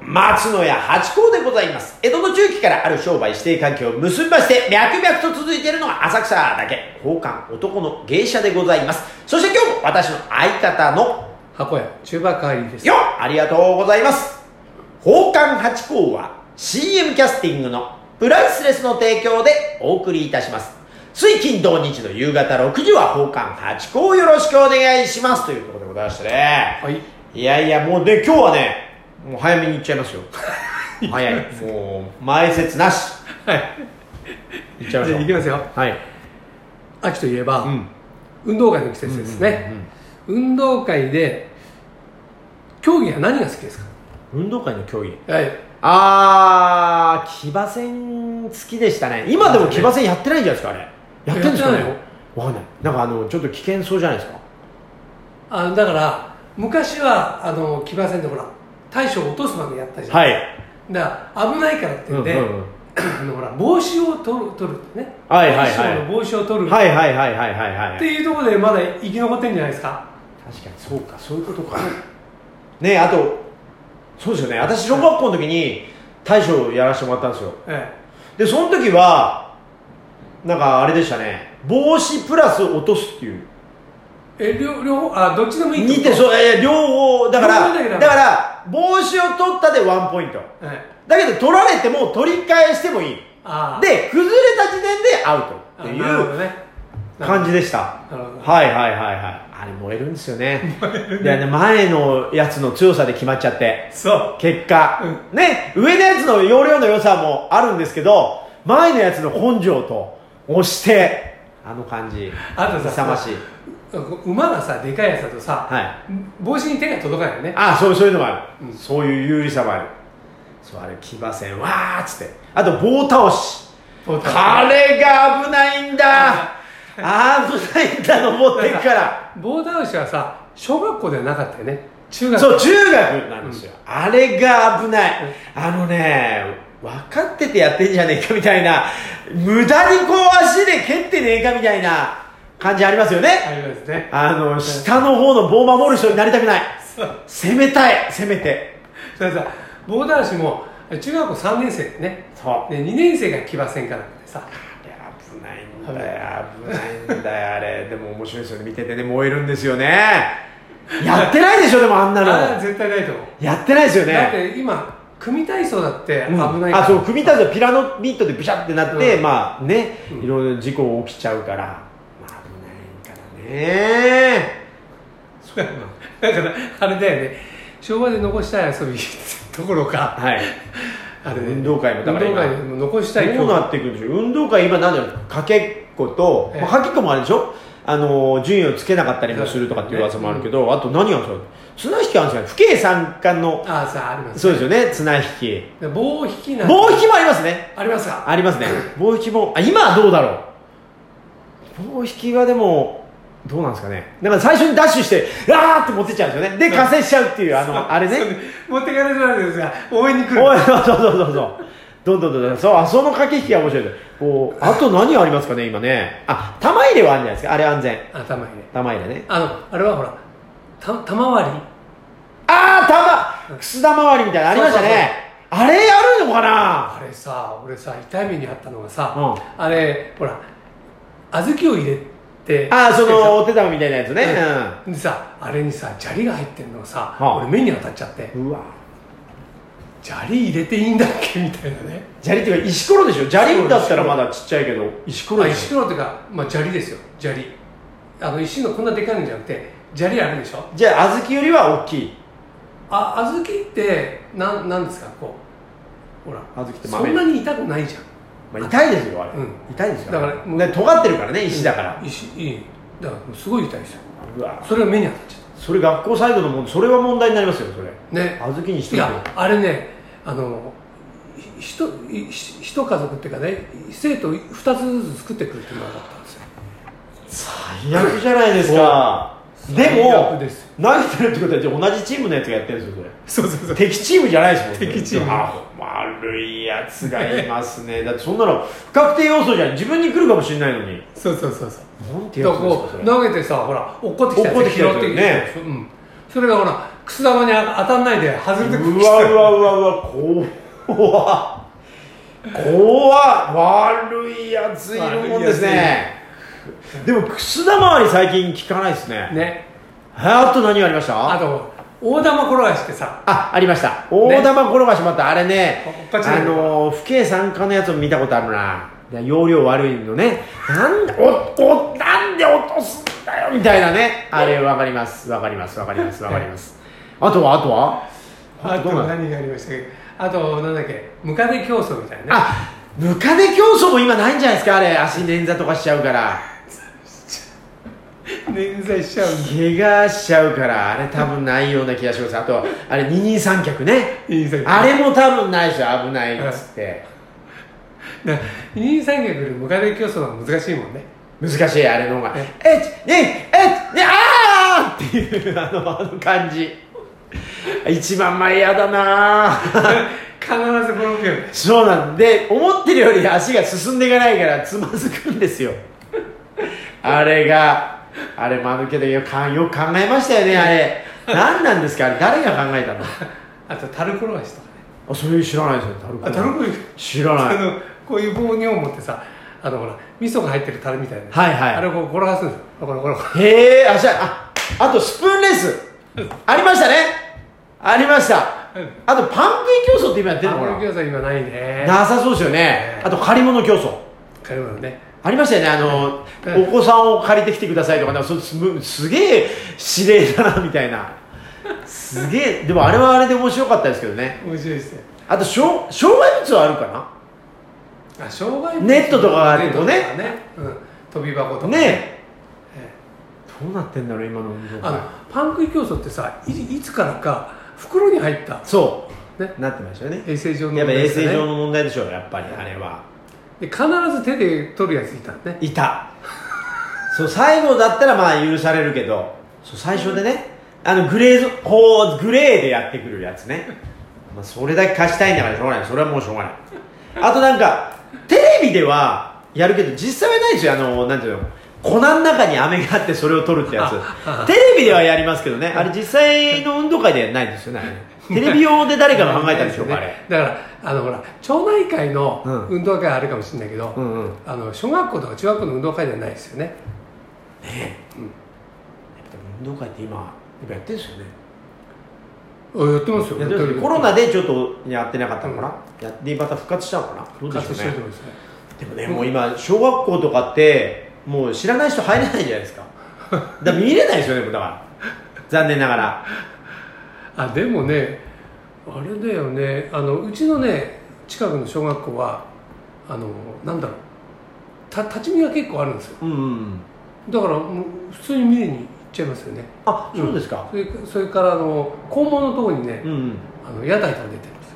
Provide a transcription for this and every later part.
松野屋八甲でございます。江戸の中期からある商売指定関係を結びまして、脈々と続いているのが浅草だけ、宝冠男の芸者でございます。そして今日も私の相方の、箱屋、中馬帰りです。よありがとうございます。宝冠八甲は CM キャスティングのプライスレスの提供でお送りいたします。水金土日の夕方6時は宝冠八甲をよろしくお願いします。ということでございましてね。はい。いやいや、もうね、今日はね、もう早めに行っちゃいますよ。早い。もう、前説なし。はい。行っちゃいましょう。行きますよ。はい。秋といえば、うん、運動会の季節ですね、うんうんうん。運動会で、競技は何が好きですか運動会の競技はい。あー、騎馬戦好きでしたね。今でも騎馬戦やってないんじゃないですか、あれ。やってるんですかねわかんない。なんかあの、ちょっと危険そうじゃないですか。あだから、昔は、あの、騎馬戦でほら、大将落とすまでやったじゃん、はい、だから危ないからって言って、うんうん、 あのほら帽子を取る取るってね、、はいはいはい大将の帽子を取るはいはいはいはいはいはいっていうところでまだ生き残ってるんじゃないですか確かにそうかそういうことかねあとそうですよね私小学校の時に大将やらせてもらったんですよ、ええ、でその時はなんかあれでしたね帽子プラス落とすっていうえ両両方あどっちでもいい似てそう、えー、両方だからだから帽子を取ったでワンポイント、はい、だけど取られても取り返してもいいで崩れた時点でアウトっていう、ね、感じでしたはいはいはいはいあれ燃えるんですよね燃ね前のやつの強さで決まっちゃってそう結果、うん、ね上のやつの容量の良さもあるんですけど前のやつの根性と押してあの感じあとさ勇ましい馬がさでかいやつだとさ、はい、帽子に手が届かないよねああそうそういうのもある、うん、そういう有利さもあるそうあれ騎馬戦わーっつってあと棒倒し棒倒しあれが危ないんだ危ないんだ登っていくから棒倒しはさ小学校ではなかったよね中学そう中学なんですよ、うん、あれが危ない、うん、あのね分かっててやってんじゃねえかみたいな無駄にこう足で蹴ってねえかみたいな感じありますよね。ありますね。あの、下の方の棒を守る人になりたくない。攻めたい、攻めて。だからさ、棒男子も、中学校3年生ね。。そうで、2年生が騎馬戦かなんかでさ。危ないんだよ、危ないんだよ、あれ。でも面白いですよね。見ててね、燃えるんですよね。やってないでしょ、でもあんなの。絶対ないと思う。やってないですよね。だって今、組体操だって危ない、うん、あそう組体操ピラノミッドでブシャってなって、うん、まあね、うん、いろいろ事故起きちゃうから、ええー、そうやな だからあれだよね昭和で残したい遊びどころか、はい、あれ、ね、運動会もだから運動会も残したいどうなっていくんでしょう運動会今何だろうかけっこと、えー、まあ、かけっこもあれでしょあの順位をつけなかったりもするとかっていう噂もあるけど、ねうん、あと何がそう綱引きあるんですよ父兄三冠のあさあります、ね、そうですよね綱引き棒引きな棒引きもありますねありますかありますね棒引きもあ今はどうだろう棒引きはでもどうなんですかねだから最初にダッシュしてあーって持ってっちゃうんですよねで加勢しちゃうっていうあのあれね持ってかれそうなんですが応援に来る応援そうそうそうそうどんどんどんどんそうあその駆け引きが面白いですこうあと何ありますかね今ねあ玉入れはあるんじゃないですかあれ安全あ玉入れ玉入れねあのあれはほらた玉割りああ玉くす玉割りみたいなありましたねあれやるのかなあれさ俺さ痛い目にあったのがさ、うん、あれほら小豆を入れてああそのお手玉みたいなやつね、うん、でさあれにさ砂利が入ってるのがさ、はあ、俺目に当たっちゃってうわ砂利入れていいんだっけみたいなね砂利っていうか石ころでしょ砂利だったらまだちっちゃいけど石ころ石ころっていうか、まあ、砂利ですよ砂利あの石のこんなでかいのじゃなくて砂利あるでしょじゃあ小豆よりは大きいあ小豆ってなんなんですかこうほら小豆ってそんなに痛くないじゃんまあ、痛いですよあれ、うん、痛いですよだからもう、ね、尖ってるからね石だから、うん、石いいだからすごい痛いですようわそれが目に当たっちゃったそれ学校サイドのもそれは問題になりますよそれね小豆にしていやあれねあのひとひと家族っていうかね生徒2つずつ作ってくるっていうのがあったんですよ最悪じゃないですかでも投げてるってことは同じチームのやつがやってるんですよそうそう そう敵チームじゃないですもん、ね、敵チーム悪いやつがいますねだってそんなの不確定要素じゃん自分に来るかもしれないのにそうそうそうそうなんてやつですか投げてさほら落っこってきたやつ拾ってきて、ね、うん、それがほらくす玉に当たんないで外れてくうわうわうわうわ怖っ怖っ悪いやついるもんですねでもくす玉は最近聞かないですねねあと何がありましたあと大玉転がしってさあありました大玉転がしまたあれねパチンコあのー不敬参加のやつも見たことあるなで容量悪いのねなんでおおなんで落とすんだよみたいなねあれわかりますわかりますわかりますわかりますあとはあとはあどとうなの何がありましたっけあとなんだっけムカデ競争みたいなねあムカデ競争も今ないんじゃないですかあれ足捻挫とかしちゃうから捻挫しちゃうんだ怪我しちゃうからあれ多分ないような気がしますあとあれ二人三脚ね二人三脚あれも多分ないでしょ危ないっつってだから二人三脚よりムカデ競争は難しいもんね 難しいあれの方がえ「えっねえっねあー!」っていうあのあの感じ一番前嫌だな必ず転ぶよねそうなんで思ってるより足が進んでいかないからつまずくんですよあれがあれ間抜けでよかよく考えましたよねあれ何なんですかあれ誰が考えたのあと樽転がしとかねあそれ知らないですよタルコあ樽転がし知らないあのこういう棒に持ってさあのほら味噌が入ってる樽みたいなはいはいあれをこう転がすんですよこれこれこれへえあじゃあああとスプーンレースありましたねありましたうんあとパン食い競争って今やってるのかあのな餃子今ないねなさそうですよねあと借り物競争買い物ねありましたよねあの、うんお子さんを借りてきてくださいとかなんかそすむすげえ指令だなみたいなすげえでもあれはあれで面白かったですけどね面白いですねあと障障害物はあるかなあ障害ネットとかがあるけどねネットとかうん、飛び箱とかねえどうなってんだろう今の運動え会あのパン食い競争ってさいいつからか袋に入ったそう、ねなってましたよね衛生上のやっぱ問衛題ですね生上の問題でしょうやっぱりあれはで必ず手で取るやついたんねいたそう最後だったらまあ許されるけどそう最初でねあのグレーゾこうグレーでやってくるやつね、まあ、それだけ貸したいんだからしょうがないそれはもうしょうがないあとなんかテレビではやるけど実際はないですよあのなんていうの粉の中に飴があってそれを取るってやつテレビではやりますけどねあれ実際の運動会ではないですよねあれテレビ用で誰かが考えたんでしょうかあ れだからあのほら町内会のうん運動会はあるかもしれないけど、うんうんあの小学校とか中学校の運動会ではないですよね運動会って今やっぱやってるんですよねあやってますよやってますコロナでちょっとやってなかったのかな、やってまた復活したのかなどうで活動ししょてうるねと思いますでもねもうね今小学校とかってもう知らない人入れないじゃない ですかだから見れないですよねもうだから残念ながらあでもねあれだよねあのうちのね近くの小学校はあのなんだろうた立ち見が結構あるんですようんうんだからもう普通に見に行っちゃいますよねあそうですかそれそれからあの校門のところにね、うん、うん、あの屋台とか出てるんですよ、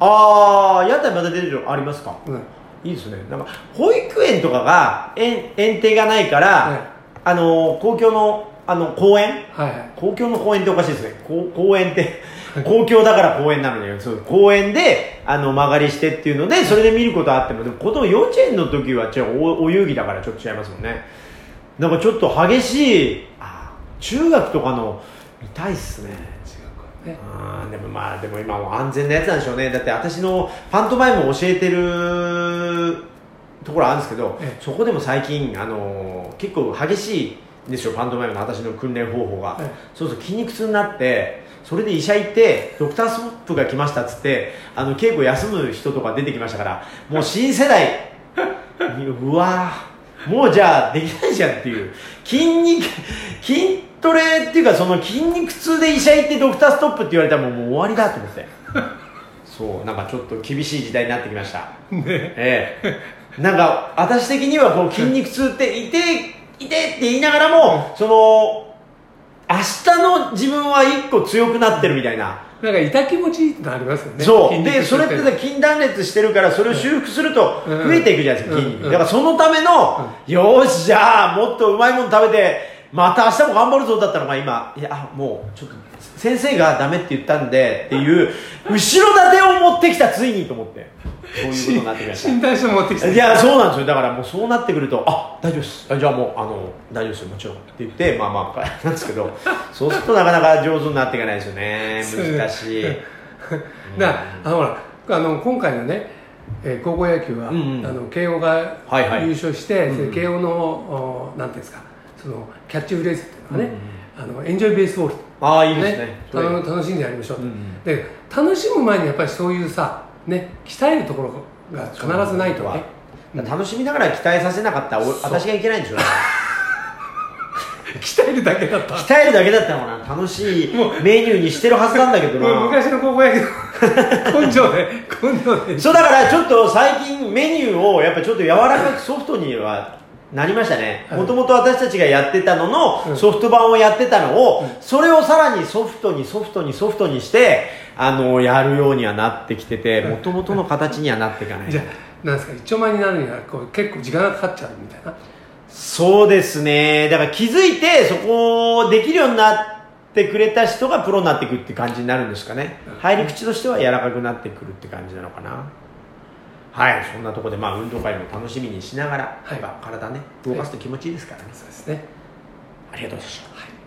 ああ屋台まだ出てるのありますかうんいいですねなんか保育園とかが園園庭がないから、はいあの公共のあの公園はいはい公共の公園っておかしいですね公公園って公共だから公園なのにそう公園であの曲がりしてっていうのでそれで見ることはあってもでも子供幼稚園の時は違うおお遊戯だからちょっと違いますもんねなんかちょっと激しいあ中学とかの見たいっすね違うからねあーでもまあでも今は安全なやつなんでしょうねだって私のパントマイムを教えてるところあるんですけどえそこでも最近あのー結構激しいんですよパントマイムの私の訓練方法が、ええそうすると筋肉痛になってそれで医者行ってドクターストップが来ましたっつってあの稽古休む人とか出てきましたからもう新世代 うわーもうじゃあできないじゃんっていう筋肉筋トレっていうかその筋肉痛で医者行ってドクターストップって言われたらもうもう終わりだと思ってそうなんかちょっと厳しい時代になってきました、ええなんか私的にはこの筋肉痛って痛い痛いって言いながらもその明日の自分は一個強くなってるみたいななんか痛気持ちいいってのありますよねそう筋肉でそれっ痛て さ筋断裂してるからそれを修復するとうん増えていくじゃないですか筋うん肉だからそのためのよーしじゃあもっとうまいもの食べてまた明日も頑張るぞだったら、まあ、今いやもうちょっと先生がダメって言ったんでっていう後ろ盾を持ってきたついにと思ってそういうことになってきました身体書持ってきて、いやそうなんですよだからもうそうなってくるとあ大丈夫ですあじゃあもうあの大丈夫ですよもちろんって言ってまあまあなんですけどそうするとなかなか上手になっていかないですよね難しい、うんだからあのほらあの今回のねえー、高校野球は、うんうんあの慶応がはいはい優勝しうて、んうんそれで慶応の、おなんていうんですかそのキャッチフレーズっていうのはね、あのエンジョイベースボールああいいですねあの楽しんでやりましょう、うんうんで楽しむ前にやっぱりそういうさ、ね、鍛えるところが必ずないとねうん楽しみながら鍛えさせなかったら俺私がいけないんですよ鍛えるだけだった鍛えるだけだったのかな楽しいメニューにしてるはずなんだけどもうな昔の高校野球根性で根性でそうだからちょっと最近メニューをやっぱちょっと柔らかくソフトにはなりましたねはいもともと私たちがやってたのうのんソフト版をやってたのをそれをさらにソフトにソフトにソフトにしてあのやるようにはなってきててもともとの形にはなっていかないじゃあなんですか一丁前になるにはこう結構時間がかかっちゃうみたいなそうですね。だから気づいて、そこをできるようになってくれた人がプロになっていくって感じになるんですかね。入り口としては柔らかくなってくるって感じなのかな。はい、そんなところで、まあ、運動会も楽しみにしながら、はいやっぱ体ね、動かすと気持ちいいですからね。そうですねありがとうございました。はい